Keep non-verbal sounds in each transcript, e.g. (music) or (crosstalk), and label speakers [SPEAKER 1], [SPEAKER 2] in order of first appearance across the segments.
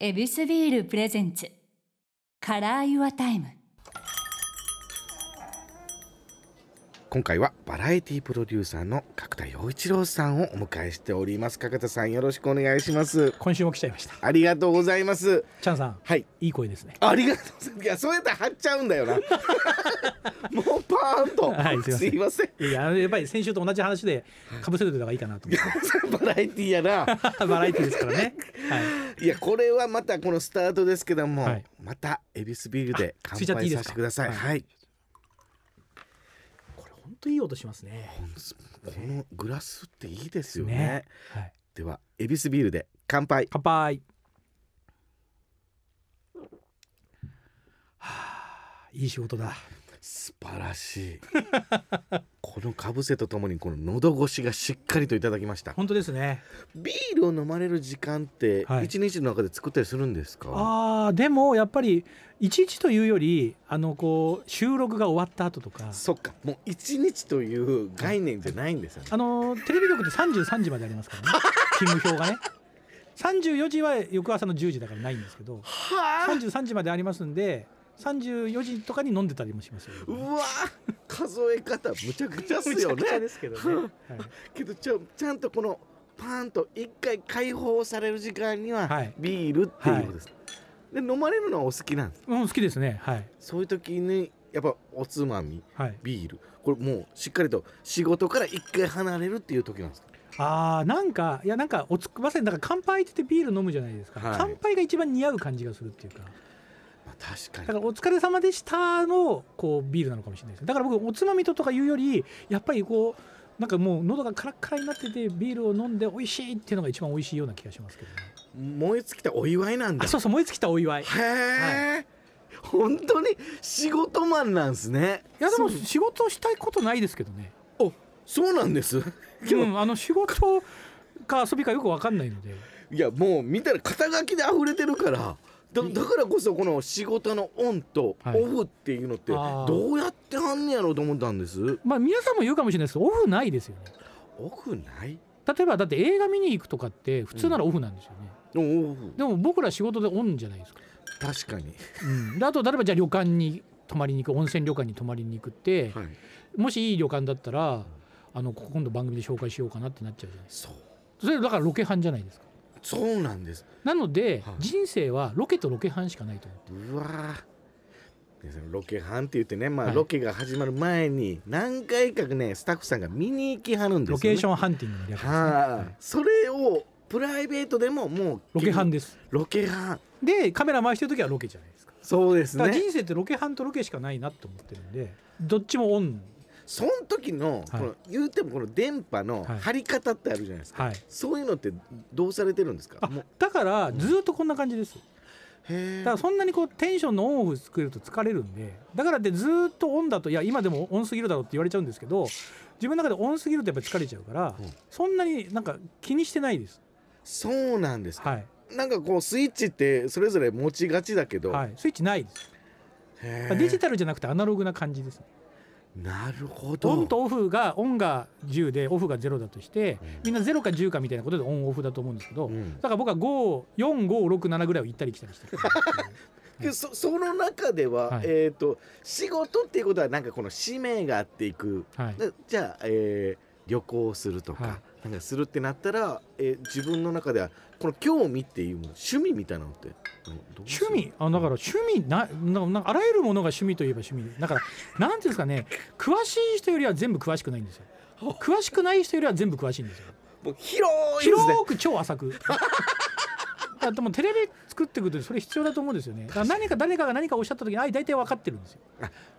[SPEAKER 1] エビスビールプレゼンツカラーユアタイム
[SPEAKER 2] 今回はバラエティプロデューサーの角田陽一郎さんをお迎えしております角田さんよろしくお願いします
[SPEAKER 3] 今週も来ちゃいました
[SPEAKER 2] ありがとうございます
[SPEAKER 3] チャンさん
[SPEAKER 2] はい
[SPEAKER 3] いい声ですね
[SPEAKER 2] ありがとうございますいやそうやったら貼っちゃうんだよ
[SPEAKER 3] (laughs)
[SPEAKER 2] なもうパーンと、
[SPEAKER 3] はい
[SPEAKER 2] す
[SPEAKER 3] す
[SPEAKER 2] い
[SPEAKER 3] い
[SPEAKER 2] ません
[SPEAKER 3] いややっぱり先週と同じ話でかぶせるとかがいいかなと思っ
[SPEAKER 2] バラエティやな
[SPEAKER 3] て (laughs) バラエティですからね、はい、
[SPEAKER 2] いやこれはまたこのスタートですけども、
[SPEAKER 3] はい
[SPEAKER 2] またエビスビールで乾
[SPEAKER 3] ついちゃって
[SPEAKER 2] 杯
[SPEAKER 3] いいで
[SPEAKER 2] さ
[SPEAKER 3] すか
[SPEAKER 2] せてください
[SPEAKER 3] はい
[SPEAKER 2] はい、
[SPEAKER 3] これ本当いい音しますね
[SPEAKER 2] このグラスっていいですよね
[SPEAKER 3] ねはい、
[SPEAKER 2] ではエビスビールで乾杯
[SPEAKER 3] 乾杯はあいい仕事だ
[SPEAKER 2] 素晴らしい (laughs) このかぶせとともにこの喉越しがしっかりといただきました
[SPEAKER 3] 本当ですね
[SPEAKER 2] ビールを飲まれる時間って
[SPEAKER 3] はい
[SPEAKER 2] 一日の中で作ったりするんですか、
[SPEAKER 3] あーでもやっぱりいちいちというよりあのこう収録が終わった後とか
[SPEAKER 2] そっかもう一日という概念じゃないんですよね、
[SPEAKER 3] あのテレビ局って33時までありま
[SPEAKER 2] (laughs)
[SPEAKER 3] すからね勤務表がね34時は翌朝の10時だからないんですけど
[SPEAKER 2] はあ
[SPEAKER 3] 33時までありますんで34時とかに飲んでたりもしますよ、
[SPEAKER 2] うわ数え方むちゃくちゃっすよね
[SPEAKER 3] ですけどね、はい
[SPEAKER 2] けどちょちゃんとこのパーンと一回解放される時間には
[SPEAKER 3] はい
[SPEAKER 2] ビールっていうことです、で飲まれるのはお好きなんです
[SPEAKER 3] うん、好きですねはい
[SPEAKER 2] そういう時にやっぱおつまみ
[SPEAKER 3] はい
[SPEAKER 2] ビールこれもうしっかりと仕事から一回離れるっていう時なんですか
[SPEAKER 3] あーなんかいやなんかおつまさになんか乾杯って言ってビール飲むじゃないですか、
[SPEAKER 2] はい
[SPEAKER 3] 乾杯が一番似合う感じがするっていうか
[SPEAKER 2] まあ確か
[SPEAKER 3] だか
[SPEAKER 2] に
[SPEAKER 3] らお疲れ様でしたのこうビールなのかもしれないですだから僕おつまみととか言うよりやっぱりこうなんかもう喉がカラッカラになっててビールを飲んで美味しいっていうのが一番美味しいような気がしますけど、ね、
[SPEAKER 2] 燃え尽きたお祝いなんだ
[SPEAKER 3] あそうそう燃え尽きたお祝いい
[SPEAKER 2] へえ、本当に仕事マンなんですね
[SPEAKER 3] やでも
[SPEAKER 2] そう
[SPEAKER 3] 仕事したいことないですけどね
[SPEAKER 2] そうなんですでも
[SPEAKER 3] うん、あの仕事か遊びかよくわかんないので
[SPEAKER 2] いやもう見たら肩書きで溢れてるからだだからこそこの仕事のオンと
[SPEAKER 3] はい
[SPEAKER 2] オフっていうのって
[SPEAKER 3] あー
[SPEAKER 2] どうやってはんねやろうと思ったんです
[SPEAKER 3] まあ皆さんも言うかもしれないですけどオフないですよね
[SPEAKER 2] オフない
[SPEAKER 3] 例えばだって映画見に行くとかって普通ならオフなんですよね、
[SPEAKER 2] おオフ
[SPEAKER 3] でも僕ら仕事でオンじゃないですか、
[SPEAKER 2] 確かに、
[SPEAKER 3] うん、であと例えばじゃあ旅館に泊まりに行く温泉旅館に泊まりに行くって、
[SPEAKER 2] はい、
[SPEAKER 3] もしいい旅館だったらあのここ今度番組で紹介しようかなってなっちゃうじゃないです
[SPEAKER 2] そう
[SPEAKER 3] かそれだからロケハンじゃないですか
[SPEAKER 2] そうなんです
[SPEAKER 3] なので、
[SPEAKER 2] はい
[SPEAKER 3] 人生はロケとロケハンしかないと思って
[SPEAKER 2] うわーでそのロケハンって言ってね、まあ
[SPEAKER 3] はい
[SPEAKER 2] ロケが始まる前に何回かねスタッフさんが見に行きはるんですよ、ね、
[SPEAKER 3] ロケーショ
[SPEAKER 2] ン
[SPEAKER 3] ンハンティングの略ですね、
[SPEAKER 2] は
[SPEAKER 3] はいい、
[SPEAKER 2] それをプライベートでももう
[SPEAKER 3] ロケハン
[SPEAKER 2] で
[SPEAKER 3] です
[SPEAKER 2] ロケハン
[SPEAKER 3] でカメラ回してる時はロケじゃないですか
[SPEAKER 2] そうです
[SPEAKER 3] だから
[SPEAKER 2] ね
[SPEAKER 3] 人生ってロケハンとロケしかないなって思ってるんでどっちもオン
[SPEAKER 2] その時のこの、言うてもこの電波の
[SPEAKER 3] はい
[SPEAKER 2] 張り方ってあるじゃないですか、
[SPEAKER 3] はい
[SPEAKER 2] そういうのってどうされてるんですか
[SPEAKER 3] あ
[SPEAKER 2] もう
[SPEAKER 3] だからずっとこんな感じです
[SPEAKER 2] へ
[SPEAKER 3] だ
[SPEAKER 2] え
[SPEAKER 3] からそんなにこうテンションのオンオフ作ると疲れるんでだからってずっとオンだといや今でもオンすぎるだろうって言われちゃうんですけど自分の中でオンすぎるとやっぱり疲れちゃうから、
[SPEAKER 2] うん
[SPEAKER 3] そんなになんか気にしてないです
[SPEAKER 2] そうなんですか、
[SPEAKER 3] はい、
[SPEAKER 2] なんかこうスイッチってそれぞれ持ちがちだけど、
[SPEAKER 3] はい、スイッチないです
[SPEAKER 2] へ
[SPEAKER 3] だか
[SPEAKER 2] ー
[SPEAKER 3] らデジタルじゃなくてアナログな感じですね
[SPEAKER 2] なるほど
[SPEAKER 3] オンとオフがオンが10でオフが0だとして
[SPEAKER 2] うん
[SPEAKER 3] みんな0か10かみたいなことでオンオフだと思うんですけど、
[SPEAKER 2] うん
[SPEAKER 3] だから僕は54567ぐらいを行ったり来たりして
[SPEAKER 2] (laughs)
[SPEAKER 3] る
[SPEAKER 2] でそその中では、
[SPEAKER 3] はい
[SPEAKER 2] えっ、と仕事っていうことはなんかこの使命があっていく、
[SPEAKER 3] はい
[SPEAKER 2] でじゃあ、えー旅行をするとか、
[SPEAKER 3] は
[SPEAKER 2] なんかするってなったら、えー自分の中ではこの興味っていうもの趣味みたいなのってどどうする
[SPEAKER 3] 趣味あだから趣味なななあらゆるものが趣味といえば趣味だからなんていうんですかね詳しい人よりは全部詳しくないんですよ詳しくない人よりは全部詳し (laughs) いんですよ
[SPEAKER 2] もう広いですね
[SPEAKER 3] 広く超浅くだってもうテレビ作っていくとそれ必要だと思うんですよねだから何か誰かが何かおっしゃった時にあ大体分かってるんですよ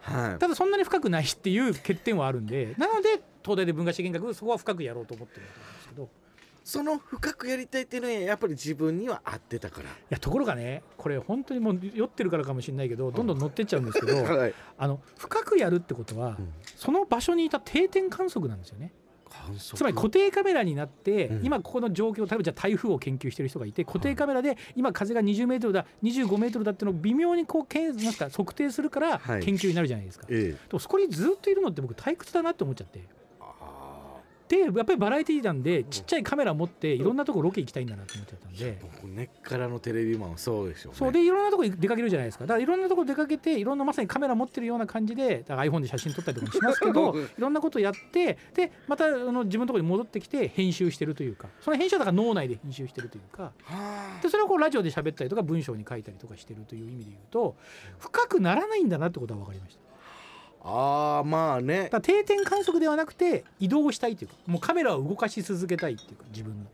[SPEAKER 2] はい
[SPEAKER 3] ただそんなに深くないっていう欠点はあるんでなので東大で文化資源学そこは深くやろうと思ってるんですけど
[SPEAKER 2] その深くやりたいっていうのはやっぱり自分には合ってたから
[SPEAKER 3] いやところがねこれ本当にもう酔ってるからかもしれないけどどんどん乗ってっちゃうんですけど、 (laughs)
[SPEAKER 2] はい
[SPEAKER 3] あの深くやるってことは、
[SPEAKER 2] うん
[SPEAKER 3] その場所にいた定点観測なんですよね
[SPEAKER 2] 観測
[SPEAKER 3] つまり固定カメラになって、
[SPEAKER 2] うん
[SPEAKER 3] 今ここの状況例えばじゃあ台風を研究してる人がいて固定カメラで今風が20メートルだ25メートルだっていうのを微妙にこうけんなんか測定するから
[SPEAKER 2] はい
[SPEAKER 3] 研究になるじゃないですか、
[SPEAKER 2] ええ
[SPEAKER 3] でもそこにずっといるのって僕退屈だなって思っちゃって
[SPEAKER 2] あ
[SPEAKER 3] でやっぱりバラエティーなんでちっちゃいカメラ持っていろんなとこロケ行きたいんだなと思ってたんで。
[SPEAKER 2] 僕根っからのテレビマンはそうでしょうね
[SPEAKER 3] そうでいろんなとこ出かけるじゃないですかだからいろんなとこ出かけていろんなまさにカメラ持ってるような感じでだから iPhone で写真撮ったりとかもしますけどいろんなことやってでまたあの自分のとこに戻ってきて編集してるというかその編集はだから脳内で編集してるというか
[SPEAKER 2] はあ
[SPEAKER 3] でそれをこうラジオで喋ったりとか文章に書いたりとかしてるという意味で言うと深くならないんだなってことは分かりました。
[SPEAKER 2] あーまあね
[SPEAKER 3] だから定点観測ではなくて移動したいというかもうカメラを動かし続けたいっていうか自分の。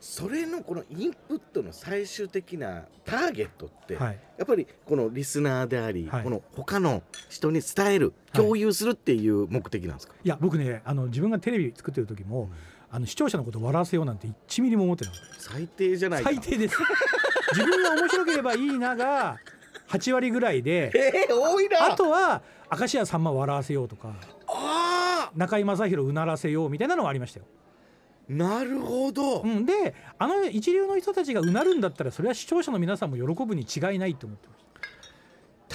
[SPEAKER 2] それのこのインプットの最終的なターゲットって、
[SPEAKER 3] はい
[SPEAKER 2] やっぱりこのリスナーであり、
[SPEAKER 3] はい
[SPEAKER 2] この他の人に伝える
[SPEAKER 3] はい
[SPEAKER 2] 共有するっていう目的なんですか、
[SPEAKER 3] いや僕ねあの自分がテレビ作ってる時も、あの視聴者のことを笑わせようなんて1ミリも思ってなかっ
[SPEAKER 2] 最低じゃな
[SPEAKER 3] た
[SPEAKER 2] いか
[SPEAKER 3] 最低です (laughs) 自分が面白ければいいなが8割ぐらいで
[SPEAKER 2] えー、多いな
[SPEAKER 3] あとは明石家さんま笑わせようとか
[SPEAKER 2] あ
[SPEAKER 3] 中居正広うならせようみたいなのはありましたよ、
[SPEAKER 2] ーなるほど、
[SPEAKER 3] うん、であの一流の人たちがうなるんだったらそれは視聴者の皆さんも喜ぶに違いないと思って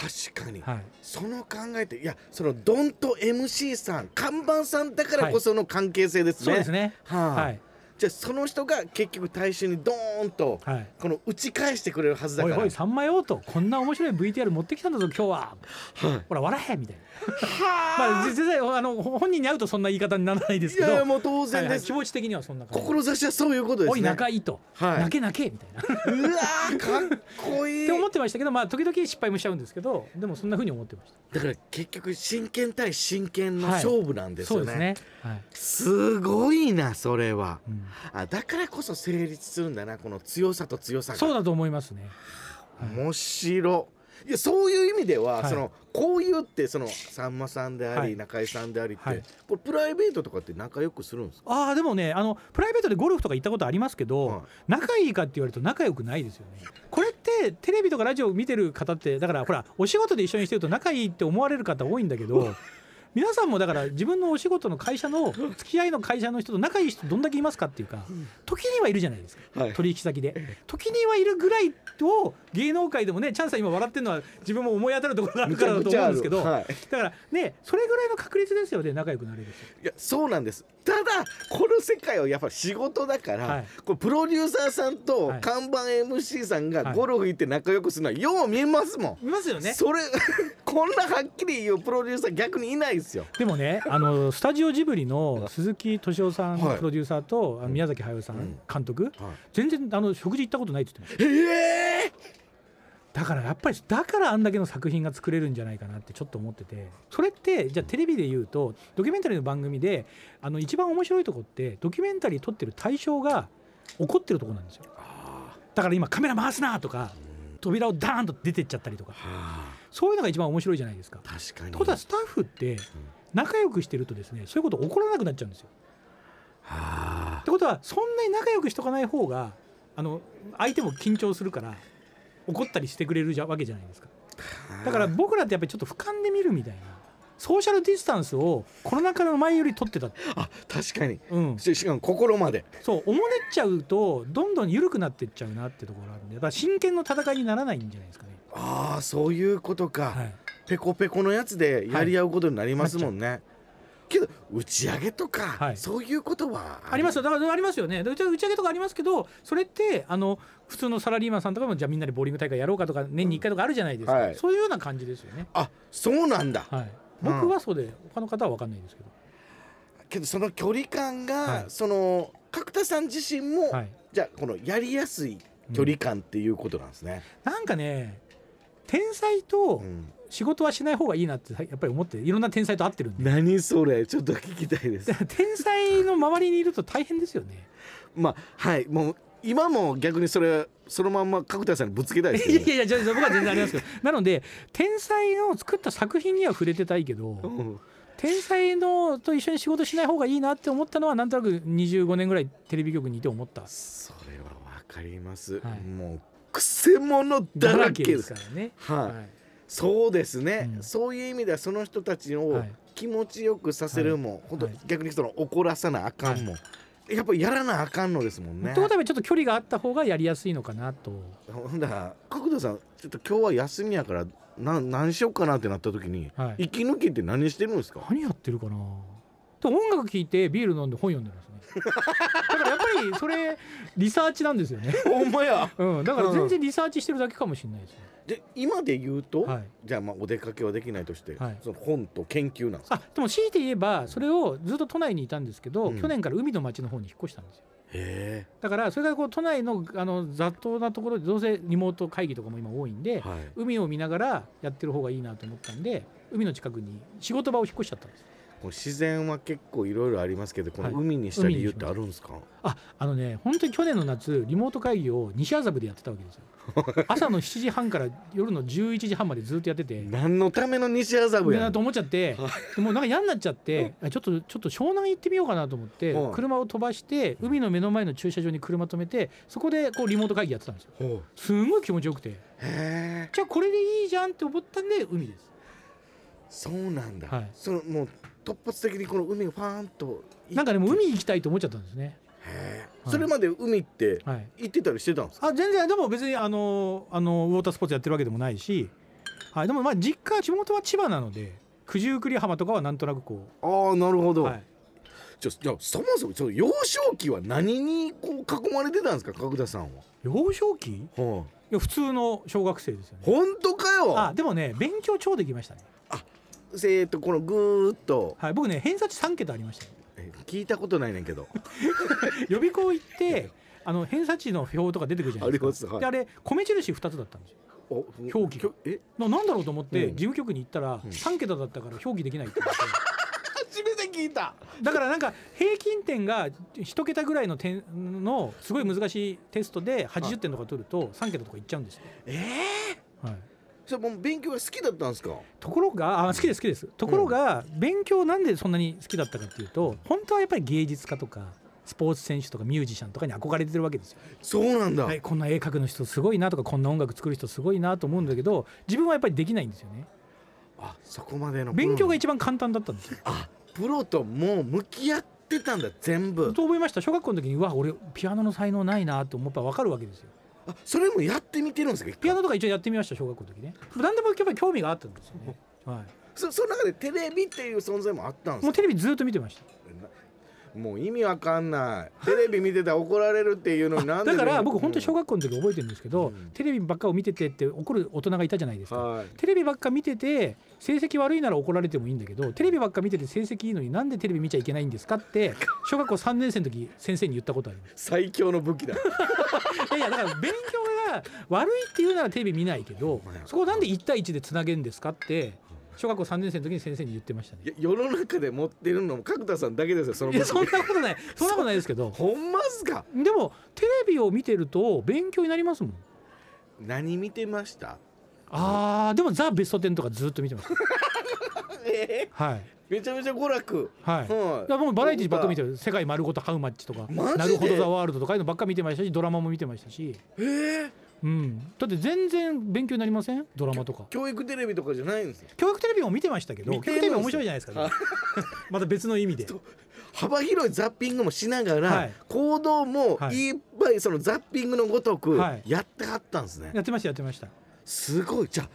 [SPEAKER 3] まし
[SPEAKER 2] 確かに、
[SPEAKER 3] た、はい、
[SPEAKER 2] その考えっていやそのドンと MC さん看板さんだからこその関係性ですね、
[SPEAKER 3] そうですね
[SPEAKER 2] はあ
[SPEAKER 3] はい
[SPEAKER 2] じゃあその人が結局大衆にドーンと
[SPEAKER 3] はい
[SPEAKER 2] この打ち返してくれるはずだ
[SPEAKER 3] お
[SPEAKER 2] か
[SPEAKER 3] い
[SPEAKER 2] ら
[SPEAKER 3] おいさんまよとこんな面白い VTR 持ってきたんだぞ今日は
[SPEAKER 2] はい
[SPEAKER 3] ほら笑えみたいなまあ実際あの本人に会うとそんな言い方にならないです
[SPEAKER 2] い
[SPEAKER 3] けど
[SPEAKER 2] やいやもう当然
[SPEAKER 3] はいは
[SPEAKER 2] で
[SPEAKER 3] い
[SPEAKER 2] す、
[SPEAKER 3] 気持ち的にはそんな感じ
[SPEAKER 2] 志はそういうことですね
[SPEAKER 3] おい仲いいと、
[SPEAKER 2] はい
[SPEAKER 3] 泣け泣けみたいなっ
[SPEAKER 2] うわーかっこいい
[SPEAKER 3] て思ってましたけどまあ時々失敗もしちゃうんですけどでもそんな風に思ってました
[SPEAKER 2] だから結局真剣対真剣の
[SPEAKER 3] はい
[SPEAKER 2] 勝負なんです
[SPEAKER 3] そ
[SPEAKER 2] よ
[SPEAKER 3] う
[SPEAKER 2] ね,、
[SPEAKER 3] ですねはい、
[SPEAKER 2] すごいなそれは
[SPEAKER 3] うん
[SPEAKER 2] あだからこそ成立するんだなこの強さと強さが
[SPEAKER 3] そうだと思いますね
[SPEAKER 2] 面白いやそういう意味では、
[SPEAKER 3] はい
[SPEAKER 2] そのこういうってそのさんまさんであり、
[SPEAKER 3] はい
[SPEAKER 2] 中居さんでありって、
[SPEAKER 3] はい
[SPEAKER 2] これプライベートとかって仲良くするんですか
[SPEAKER 3] ああでもねあのプライベートでゴルフとか行ったことありますけど、
[SPEAKER 2] はい
[SPEAKER 3] 仲いいかって言われると仲良くないですよねこれってテレビとかラジオ見てる方ってだからほらお仕事で一緒にしてると仲いいって思われる方多いんだけど皆さんもだから自分のお仕事の会社の付き合いの会社の人と仲いい人どんだけいますかっていうか時にはいるじゃないですか
[SPEAKER 2] はい
[SPEAKER 3] 取引先で時にはいるぐらいを芸能界でもねチャンさん今笑ってるのは自分も思い当たるところがあるからだと思うんですけど、
[SPEAKER 2] はい
[SPEAKER 3] だからねそれぐらいの確率ですよね仲良くなれる人
[SPEAKER 2] いやそうなんですただこの世界はやっぱ仕事だから、
[SPEAKER 3] はい
[SPEAKER 2] これプロデューサーさんと
[SPEAKER 3] はい
[SPEAKER 2] 看板 MC さん
[SPEAKER 3] は
[SPEAKER 2] が
[SPEAKER 3] い
[SPEAKER 2] ゴルフ行って仲良くするのはよう見えますもん、
[SPEAKER 3] いますよね
[SPEAKER 2] それ (laughs) こんなはっきり言うプロデューサー逆にいないですよ
[SPEAKER 3] で
[SPEAKER 2] (laughs)
[SPEAKER 3] もねあのスタジオジブリの鈴木敏夫さん、
[SPEAKER 2] はい
[SPEAKER 3] プロデューサーとあの宮崎駿さん、
[SPEAKER 2] うん
[SPEAKER 3] 監督、
[SPEAKER 2] はい
[SPEAKER 3] 全然あの食事行ったことないって言ってまし
[SPEAKER 2] ええ
[SPEAKER 3] ただからやっぱりだからあんだけの作品が作れるんじゃないかなってちょっと思っててそれってじゃあテレビで言うとドキュメンタリーの番組であの一番面白いとこってドキュメンタリー撮ってる対象が怒ってるとこなんですよだから今カメラ回すなとか扉をダーンと出てっちゃったりとか
[SPEAKER 2] はあ
[SPEAKER 3] そういうのが一番面白いじゃないですか。
[SPEAKER 2] 確かに
[SPEAKER 3] ってことはスタッフって仲良くしてるとですねそういうこと起こらなくなっちゃうんですよ。っ
[SPEAKER 2] はあ
[SPEAKER 3] てことはそんなに仲良くしとかない方があの相手も緊張するから怒ったりしてくれるじゃわけじゃないですかだから僕らってやっぱりちょっと俯瞰で見るみたいなソーシャルディスタンスをコロナ禍の前より取ってた、
[SPEAKER 2] あ確かに
[SPEAKER 3] うん、
[SPEAKER 2] ししかも心まで
[SPEAKER 3] そうおもねっちゃうとどんどん緩くなってっちゃうなってところあるんでだから真剣の戦いにならないんじゃないですかね。
[SPEAKER 2] ああそういうことか、
[SPEAKER 3] はい
[SPEAKER 2] ペコペコのやつでやり合うことになりますもんね、けど打ち上げとか、
[SPEAKER 3] はい
[SPEAKER 2] そういうことは
[SPEAKER 3] あります
[SPEAKER 2] よ
[SPEAKER 3] よだからありますよねで打ち上げとかありますけどそれってあの普通のサラリーマンさんとかもじゃあみんなでボーリング大会やろうかとか年に1回とかあるじゃないですか、
[SPEAKER 2] はい
[SPEAKER 3] そういうような感じですよね。
[SPEAKER 2] あそうなんだ、
[SPEAKER 3] はい、
[SPEAKER 2] うん
[SPEAKER 3] 僕はそうで、他の方は分かんないですけど、
[SPEAKER 2] けどその距離感が、
[SPEAKER 3] はい
[SPEAKER 2] その角田さん自身も、
[SPEAKER 3] はい、
[SPEAKER 2] じゃあこのやりやすい距離感っていうことなんですね、
[SPEAKER 3] なんかね天才と
[SPEAKER 2] うん
[SPEAKER 3] 仕事はしない方がいいなってやっぱり思っていろんな天才と会ってるんで
[SPEAKER 2] 何それちょっと聞きたいです
[SPEAKER 3] (laughs) で天才の周りにいると大変ですよね。
[SPEAKER 2] まあはいもう今も逆にそれそのまんま角田さんにぶつけたいです
[SPEAKER 3] い
[SPEAKER 2] よね
[SPEAKER 3] やいやいやじゃあ僕は全然ありますけど (laughs) なので天才の作った作品には触れてたいけど
[SPEAKER 2] うん
[SPEAKER 3] 天才のと一緒に仕事しない方がいいなって思ったのはなんとなく25年ぐらいテレビ局にいて思った
[SPEAKER 2] それはわかります、
[SPEAKER 3] はい
[SPEAKER 2] もうくせ者だらけです
[SPEAKER 3] だらけですからね。
[SPEAKER 2] はい、そうですね、
[SPEAKER 3] うん
[SPEAKER 2] そういう意味ではその人たちを
[SPEAKER 3] はい
[SPEAKER 2] 気持ちよくさせるも、本当
[SPEAKER 3] はい
[SPEAKER 2] 逆にその怒らさなあかんも、やっぱりやらなあかんのですもん
[SPEAKER 3] とい
[SPEAKER 2] ね
[SPEAKER 3] うことはやっぱりちょっと距離があった方がやりやすいのかなと。
[SPEAKER 2] ほんだら角田さんちょっと今日は休みやからな何しようかなってなった時に、
[SPEAKER 3] はい
[SPEAKER 2] 息抜きって何してるんですか
[SPEAKER 3] 何やってるかなで音楽聴いてビール飲んで本読んでるんですね
[SPEAKER 2] (laughs)
[SPEAKER 3] だからやっぱりそれリサーチなんですよね、
[SPEAKER 2] ほんまや
[SPEAKER 3] (laughs) うん、だから全然リサーチしてるだけかもしれないですね
[SPEAKER 2] で今で言うと、
[SPEAKER 3] はい
[SPEAKER 2] じゃあまあお出かけはできないとして、
[SPEAKER 3] はい
[SPEAKER 2] その本と研究なんですか
[SPEAKER 3] あでも強いて言えばそれをずっと都内にいたんですけど、
[SPEAKER 2] うん
[SPEAKER 3] 去年から海の町の方に引っ越したんですよ
[SPEAKER 2] へ
[SPEAKER 3] だからそれがこう都内のあの雑踏なところでどうせリモート会議とかも今多いん
[SPEAKER 2] え
[SPEAKER 3] で、
[SPEAKER 2] はい
[SPEAKER 3] 海を見ながらやってる方がいいなと思ったんで海の近くに仕事場を引っ越しちゃったんです
[SPEAKER 2] こう自然は結構いろいろありますけどこの
[SPEAKER 3] はい
[SPEAKER 2] 海にした理由ってあるんですか、
[SPEAKER 3] ああのね本当に去年の夏リモート会議を西麻布でやってた
[SPEAKER 2] (laughs)
[SPEAKER 3] わけですよ朝の7時半から夜の11時半までずっとやってて
[SPEAKER 2] 何のための西麻布
[SPEAKER 3] で
[SPEAKER 2] や
[SPEAKER 3] なと
[SPEAKER 2] ん
[SPEAKER 3] 思っち
[SPEAKER 2] (laughs)
[SPEAKER 3] ゃって
[SPEAKER 2] は
[SPEAKER 3] でもうなんか嫌になっちゃってあちょっとちょっと湘南行ってみようかなと思って
[SPEAKER 2] はい
[SPEAKER 3] 車を飛ばして海の目の前の駐車場に車止めてそこでこうリモート会議やってたんですよ
[SPEAKER 2] ほう
[SPEAKER 3] すんごい気持ちよくて
[SPEAKER 2] へえ
[SPEAKER 3] じゃあこれでいいじゃんって思ったんで海です
[SPEAKER 2] そうなんだ、
[SPEAKER 3] はい
[SPEAKER 2] そのもう突発的にこの海がファーンと
[SPEAKER 3] なんかでも
[SPEAKER 2] へ
[SPEAKER 3] 海行きたいと思っちゃったんですね
[SPEAKER 2] え
[SPEAKER 3] はい
[SPEAKER 2] それまで海って
[SPEAKER 3] はい
[SPEAKER 2] 行ってたりしてたんですか、
[SPEAKER 3] あ全然でも別にあのあのウォータースポーツやってるわけでもないし、はい、でもまあ実家地元は千葉なので九十九里浜とかはなんとなくこ
[SPEAKER 2] ああなるほ
[SPEAKER 3] う、
[SPEAKER 2] ど、
[SPEAKER 3] はい、
[SPEAKER 2] じゃあじゃあそもそもその幼少期は何にこう囲まれてたんですか角田さんは、
[SPEAKER 3] 幼少期い
[SPEAKER 2] は
[SPEAKER 3] や普通の小学生ですよ
[SPEAKER 2] あ、
[SPEAKER 3] ね
[SPEAKER 2] 本当かよ
[SPEAKER 3] あでもね勉強超できましたね、
[SPEAKER 2] えー、とこのぐーっと
[SPEAKER 3] はい、僕ね偏差値3桁あり
[SPEAKER 2] (laughs)
[SPEAKER 3] ましたね、
[SPEAKER 2] え聞いたことないねんけ
[SPEAKER 3] (laughs)
[SPEAKER 2] ど
[SPEAKER 3] 予備校行ってあの偏差値の表とか出てくるじゃないですか
[SPEAKER 2] ありますはい
[SPEAKER 3] であれ米印2つだったんですよ
[SPEAKER 2] お
[SPEAKER 3] 表記
[SPEAKER 2] きょえ
[SPEAKER 3] ななんだろうと思って
[SPEAKER 2] うん
[SPEAKER 3] 事務局に行ったら
[SPEAKER 2] うん
[SPEAKER 3] 3桁だったから表記できないって言われて。
[SPEAKER 2] 初めて聞いた
[SPEAKER 3] だからなんか平均点が一桁ぐらいの点のすごい難しいテストで80点とか取ると3桁とかいっちゃうんですよ、
[SPEAKER 2] ええ
[SPEAKER 3] はい、
[SPEAKER 2] それもう勉強が好きだったんですか
[SPEAKER 3] ところがあ好きです好きですところが勉強なんでそんなに好きだったかっていうと本当はやっぱり芸術家とかスポーツ選手とかミュージシャンとかに憧れてるわけですよ、
[SPEAKER 2] そうなんだ、
[SPEAKER 3] はい、こんな絵描くの人すごいなとかこんな音楽作る人すごいなと思うんだけど自分はやっぱりできないんですよね
[SPEAKER 2] あそこまでの
[SPEAKER 3] 勉強が
[SPEAKER 2] プ
[SPEAKER 3] 一番簡単だったんですよ
[SPEAKER 2] ロあプロともう向き合ってたんだ全部
[SPEAKER 3] と思いました小学校の時にうわ俺ピアノの才能ないなと思ったら分かるわけですよ
[SPEAKER 2] あそれもやってみてるんですか一回
[SPEAKER 3] ピアノとか一応やってみました小学校の時ね何でもやっぱり興味があったんですよね、は
[SPEAKER 2] そその中でテレビっていう存在もあったん
[SPEAKER 3] い、
[SPEAKER 2] です
[SPEAKER 3] もう
[SPEAKER 2] か
[SPEAKER 3] テレビずっと見てました
[SPEAKER 2] もう意味わかんないテレビ見てたら怒られるっていうのになんで
[SPEAKER 3] だから僕
[SPEAKER 2] うん
[SPEAKER 3] 本当に小学校の時覚えてるんですけど、
[SPEAKER 2] うん
[SPEAKER 3] テレビばっかを見ててって怒る大人がいたじゃないですか、
[SPEAKER 2] はい
[SPEAKER 3] テレビばっか見てて成績悪いなら怒られてもいいんだけどテレビばっか見てて成績いいのになんでテレビ見ちゃいけないんですかって小学校3年生の時先生に言ったことあります
[SPEAKER 2] 最強の武器だ
[SPEAKER 3] いやいやだから勉強が悪いっていうならテレビ見ないけどそこをなんで1対1でつなげんですかって小学校3年生の時に先生に言ってましたね
[SPEAKER 2] いや世の中で持ってるのも角田さんだけですよその武
[SPEAKER 3] いや
[SPEAKER 2] 器
[SPEAKER 3] そんなことないそんなことないですけど
[SPEAKER 2] ほんまっすか
[SPEAKER 3] でもテレビを見てると勉強になりますもん
[SPEAKER 2] 何見てました
[SPEAKER 3] あーでも「ザ・ベスト10」とかずっと見 (laughs) てます
[SPEAKER 2] え
[SPEAKER 3] はい
[SPEAKER 2] めちゃめちゃ娯楽
[SPEAKER 3] はいだか
[SPEAKER 2] は
[SPEAKER 3] らもうバラエティーばっか見てる「世界まるごとハウマッチ」とか
[SPEAKER 2] マジで
[SPEAKER 3] なるほどザ・ワールド」とかいうのばっか見てましたしドラマも見てましたし
[SPEAKER 2] いえー
[SPEAKER 3] うんだって全然勉強になりませんドラマとか
[SPEAKER 2] 教育テレビとかじゃないんですよ
[SPEAKER 3] 教育テレビも見てましたけど教
[SPEAKER 2] 見
[SPEAKER 3] 育
[SPEAKER 2] てる
[SPEAKER 3] テレビ面白いじゃないですか、
[SPEAKER 2] は
[SPEAKER 3] (laughs) また別の意味で
[SPEAKER 2] そう幅広いザッピングもしながら、
[SPEAKER 3] はい
[SPEAKER 2] 行動も
[SPEAKER 3] はい
[SPEAKER 2] いっぱいそのザッピングのごとく
[SPEAKER 3] はい
[SPEAKER 2] やってはったんですね、
[SPEAKER 3] やってましたやってました
[SPEAKER 2] すごいじゃあ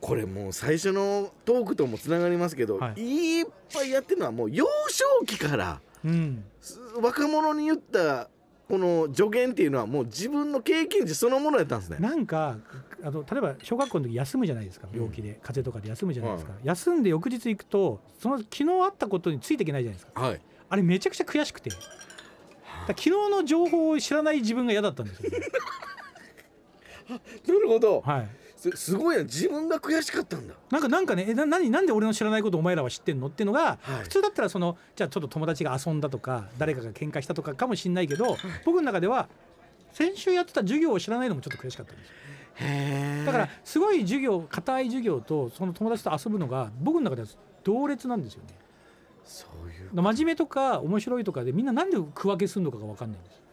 [SPEAKER 2] これもう最初のトークともつながりますけど、、
[SPEAKER 3] はい
[SPEAKER 2] っぱいやってるのはもう幼少期から
[SPEAKER 3] うん
[SPEAKER 2] す若者に言ったこの助言っていうのはもう自分の経験値そのものやったんですね。
[SPEAKER 3] なんかあの例えば小学校の時休むじゃないですか病気で、風邪とかで休むじゃないですか、休んで翌日行くとその昨日あったことについていけないじゃないですか
[SPEAKER 2] はい、
[SPEAKER 3] あれめちゃくちゃ悔しくてだから昨日の情報を知らない自分が嫌だったんですよ、ね、
[SPEAKER 2] なるほど、
[SPEAKER 3] はい
[SPEAKER 2] すすごいな自分が悔しかったんだ。
[SPEAKER 3] なんかなんかねえな何なんで俺の知らないことお前らは知ってんのっていうのが、
[SPEAKER 2] はい
[SPEAKER 3] 普通だったらそのじゃあちょっと友達が遊んだとか誰かが喧嘩したとかかもしれないけど、僕の中では先週やってた授業を知らないのもちょっと悔しかったんですよ
[SPEAKER 2] へえ
[SPEAKER 3] だからすごい授業硬い授業とその友達と遊ぶのが僕の中では同列なんですよね
[SPEAKER 2] そういう
[SPEAKER 3] 真面目とか面白いとかでみんななんで区分けするのかが分かんないんです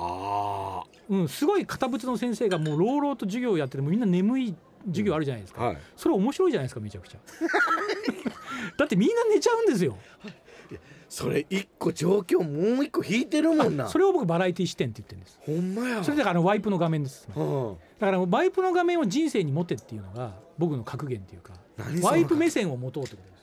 [SPEAKER 2] あ
[SPEAKER 3] うん、すごい堅物の先生がもう朗々と授業をやっててもうみんな眠い授業あるじゃないです
[SPEAKER 2] あ
[SPEAKER 3] か、
[SPEAKER 2] はい
[SPEAKER 3] それ面白いじゃないですかめちゃくち (laughs) ゃだってみんな寝ちゃうんですよ
[SPEAKER 2] それ一個状況もう一個引いてるもんな
[SPEAKER 3] それを僕バラエティ視点って言ってるんです
[SPEAKER 2] ほんまや
[SPEAKER 3] それだからあのワイプの画面ですだ
[SPEAKER 2] うん
[SPEAKER 3] からワイプの画面を人生に持てっていうのが僕の格言っていうか
[SPEAKER 2] 何その
[SPEAKER 3] ワイプ目線を持とうってことです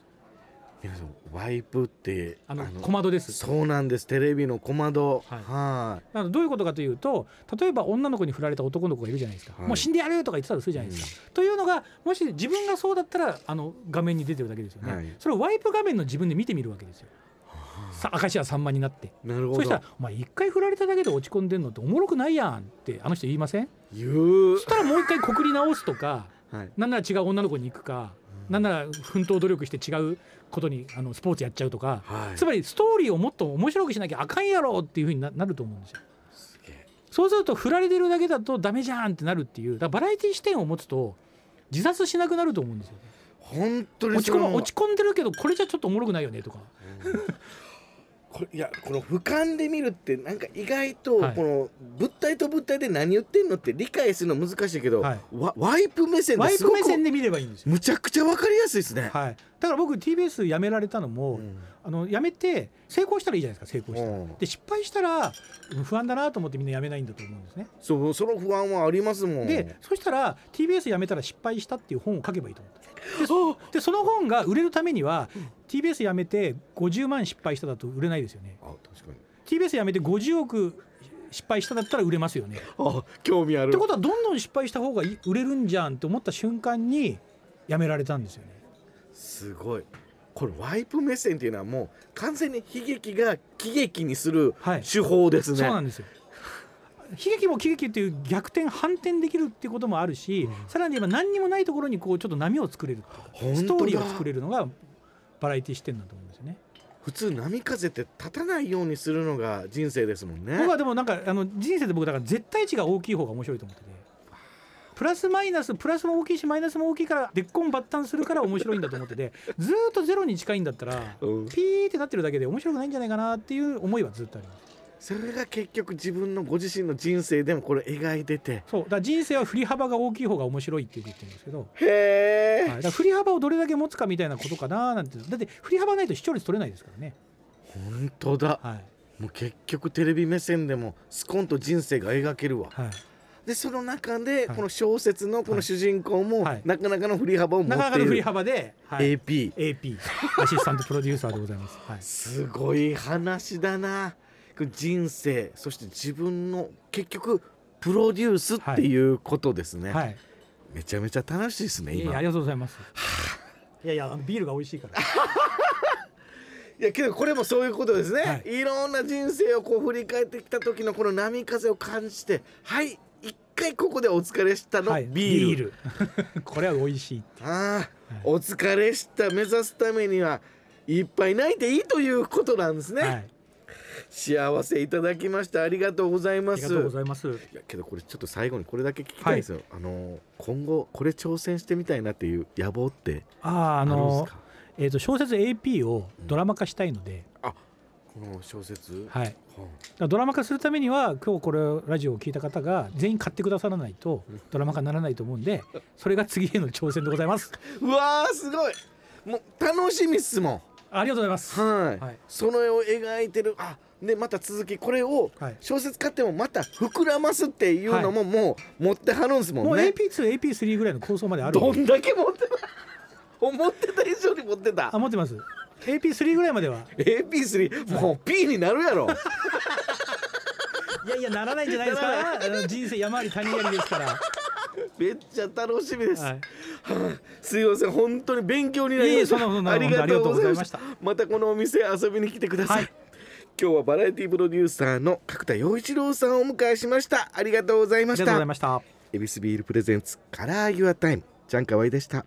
[SPEAKER 2] 皆さんワイプって
[SPEAKER 3] あの小窓です
[SPEAKER 2] そうなんですテレビの小窓
[SPEAKER 3] はい
[SPEAKER 2] は
[SPEAKER 3] あのどういうことかというと例えば女の子に振られた男の子がいるじゃないですか、
[SPEAKER 2] はい
[SPEAKER 3] もう死んでやるよとか言ってたとするじゃないですか、というのがもし自分がそうだったらあの画面に出てるだけですよね、
[SPEAKER 2] はい
[SPEAKER 3] それをワイプ画面の自分で見てみるわけですよ、さ明石家さんまになって
[SPEAKER 2] いなるほ
[SPEAKER 3] そした
[SPEAKER 2] ど
[SPEAKER 3] ら「お前一回振られただけで落ち込んでんのっておもろくないやん」ってあの人言いません
[SPEAKER 2] 言う
[SPEAKER 3] そしたらもう一回告り直す
[SPEAKER 2] (laughs)
[SPEAKER 3] とか
[SPEAKER 2] はい
[SPEAKER 3] なんなら違う女の子に行くかなんなら奮闘努力して違うことにあのスポーツやっちゃうとか、
[SPEAKER 2] はい
[SPEAKER 3] つまりストーリーをもっと面白くしなきゃあかんやろっていうふうにななると思うんですよ。
[SPEAKER 2] すげえ
[SPEAKER 3] そうすると振られてるだけだとダメじゃんってなるっていうだからバラエティ視点を持つと自殺しなくなると思うんですよね、
[SPEAKER 2] 本当に
[SPEAKER 3] 落ち込
[SPEAKER 2] そ
[SPEAKER 3] ま
[SPEAKER 2] の
[SPEAKER 3] 落ち込んでるけどこれじゃちょっとおもろくないよねとか
[SPEAKER 2] これいやこの俯瞰で見るってなんか意外と
[SPEAKER 3] はい
[SPEAKER 2] この物体と物体で何言ってんのって理解するの難しいけど、
[SPEAKER 3] はい
[SPEAKER 2] わワイプ目線で
[SPEAKER 3] ワイ
[SPEAKER 2] す
[SPEAKER 3] プ
[SPEAKER 2] ご
[SPEAKER 3] 目線
[SPEAKER 2] く
[SPEAKER 3] で見ればいいんですよ、
[SPEAKER 2] むちゃくちゃわかりやすいですね。
[SPEAKER 3] はい、だから僕 TBS 辞められたのも、
[SPEAKER 2] うん
[SPEAKER 3] あの辞めて成功したらいいじゃないですか成功したら、
[SPEAKER 2] うん
[SPEAKER 3] で失敗したらうん不安だなと思ってみんな辞めないんだと思うんですね、
[SPEAKER 2] そうその不安はありますもん。
[SPEAKER 3] でそしたら TBS 辞めたら失敗したっていう本を書けばいいと思ってでそでその本が売れるためには TBS 辞めて50万失敗しただと売れないですよね
[SPEAKER 2] あ確かに。
[SPEAKER 3] TBS 辞めて50億失敗しただったら売れますよね。っ
[SPEAKER 2] あ興味ある。
[SPEAKER 3] てことはどんどん失敗した方がいい売れるんじゃんって思った瞬間に辞められたんですよね。
[SPEAKER 2] すごい。これワイプ目線っていうのはもう完全に悲劇が喜劇にする
[SPEAKER 3] はい
[SPEAKER 2] 手法ですね。
[SPEAKER 3] そうなんですよ悲劇も喜劇っていう逆転反転できるっていうこともあるし、さらに言えば何にもないところにこうちょっと波を作れるっていう
[SPEAKER 2] 本当
[SPEAKER 3] か
[SPEAKER 2] だ
[SPEAKER 3] ストーリーを作れるのがバラエティ視点だと思うんですよね。
[SPEAKER 2] 普通波風って立たないようにするのが人生ですもんね。
[SPEAKER 3] 僕はでもなんかあの人生で僕だから絶対値が大きい方が面白いと思っててプラスマイナスプラスも大きいしマイナスも大きいからでっこんばったんするから面白いんだと思っててずーっとゼロに近いんだったらピ
[SPEAKER 2] うん
[SPEAKER 3] ーってなってるだけで面白くないんじゃないかなっていう思いはずっとありま
[SPEAKER 2] そ
[SPEAKER 3] す
[SPEAKER 2] れが結局自分のご自身の人生でもこれ描いてて。
[SPEAKER 3] そうだから人生は振り幅が大きい方が面白いっていうこと言ってるんですけど、はい
[SPEAKER 2] へ
[SPEAKER 3] だから振り幅をどれだけ持つかみたいなことかななんてだって振り幅ないと視聴率取れないですからね
[SPEAKER 2] 本当だ。
[SPEAKER 3] はい
[SPEAKER 2] もう結局テレビ目線でもスコンと人生が描けるわ。
[SPEAKER 3] はい
[SPEAKER 2] でその中で
[SPEAKER 3] はい
[SPEAKER 2] この小説のこの主人公も
[SPEAKER 3] はい
[SPEAKER 2] なかなかの振り幅を持
[SPEAKER 3] なかな
[SPEAKER 2] っ
[SPEAKER 3] か
[SPEAKER 2] てい
[SPEAKER 3] の振り
[SPEAKER 2] る。
[SPEAKER 3] 幅で、はい、
[SPEAKER 2] AP。
[SPEAKER 3] AP アシスタントプロデューサーでございます、はい、
[SPEAKER 2] すごい話だな人生そして自分の結局プロデュースっていうことですね、
[SPEAKER 3] はい
[SPEAKER 2] めちゃめちゃ楽しいですね
[SPEAKER 3] いやい
[SPEAKER 2] 今
[SPEAKER 3] やあ
[SPEAKER 2] い
[SPEAKER 3] りがとうございます。 (laughs) いやいやあのビールが美味しいから。
[SPEAKER 2] やけどこれもそういうことですね、、
[SPEAKER 3] はい
[SPEAKER 2] ろんな人生をこう振り返ってきた時のこの波風を感じてはい一回ここでお疲れしたの、
[SPEAKER 3] はい
[SPEAKER 2] ビール
[SPEAKER 3] ル (laughs) これは美味しい。
[SPEAKER 2] ああ、お疲れした目指すためにはいっぱい泣いていいということなんですね、
[SPEAKER 3] はい。
[SPEAKER 2] 幸せいただきましたありがとうござい
[SPEAKER 3] あ
[SPEAKER 2] ま
[SPEAKER 3] り
[SPEAKER 2] す
[SPEAKER 3] がとうございます。
[SPEAKER 2] いやけどこれちょっと最後にこれだけ聞きたいんですよ、あの今後これ挑戦してみたいなっていう野望って
[SPEAKER 3] あああ
[SPEAKER 2] あるんです
[SPEAKER 3] の
[SPEAKER 2] か
[SPEAKER 3] えっ、と小説 AP をドラマ化したいので、
[SPEAKER 2] あこの小説
[SPEAKER 3] はい。だか
[SPEAKER 2] は
[SPEAKER 3] らドラマ化するためには今日これラジオを聞いた方が全員買ってくださらないとドラマ化にならないと思うんで、それが次への挑戦でございます。 (laughs)
[SPEAKER 2] うわーすごいもう楽しみっすもん
[SPEAKER 3] ありがとうございます。
[SPEAKER 2] はい、
[SPEAKER 3] はい
[SPEAKER 2] その絵を描いてるあでまた続きこれを
[SPEAKER 3] はい
[SPEAKER 2] 小説買ってもまた膨らますっていうのももう持ってはるんですもん
[SPEAKER 3] もう
[SPEAKER 2] ね、
[SPEAKER 3] AP2、AP3 ぐらいの構想まであるんで
[SPEAKER 2] どんだけ持ってた (laughs) 思ってた以上に持ってた
[SPEAKER 3] あ持ってます。AP3 ぐらいまでは
[SPEAKER 2] AP3 もう P になるや
[SPEAKER 3] (laughs)
[SPEAKER 2] ろ
[SPEAKER 3] いやいやならないんじゃないです
[SPEAKER 2] なら
[SPEAKER 3] か。あの人生山あり谷ありですから。 (laughs) は
[SPEAKER 2] めっちゃ楽しみです、
[SPEAKER 3] い。
[SPEAKER 2] すいません本当に勉強になりまし
[SPEAKER 3] いえいえそんなこと
[SPEAKER 2] た
[SPEAKER 3] ない
[SPEAKER 2] ありがとうございました
[SPEAKER 3] 本当あり
[SPEAKER 2] またこのお店遊びに来てください、
[SPEAKER 3] はい
[SPEAKER 2] 今日はバラエティプロデューサーの角田陽一郎さんをお迎えしましたありがとうござい
[SPEAKER 3] あ
[SPEAKER 2] ま
[SPEAKER 3] りが
[SPEAKER 2] し
[SPEAKER 3] とうござ
[SPEAKER 2] た
[SPEAKER 3] いました。
[SPEAKER 2] エビスビールプレゼンツカラーユアタイムちゃんかわいでした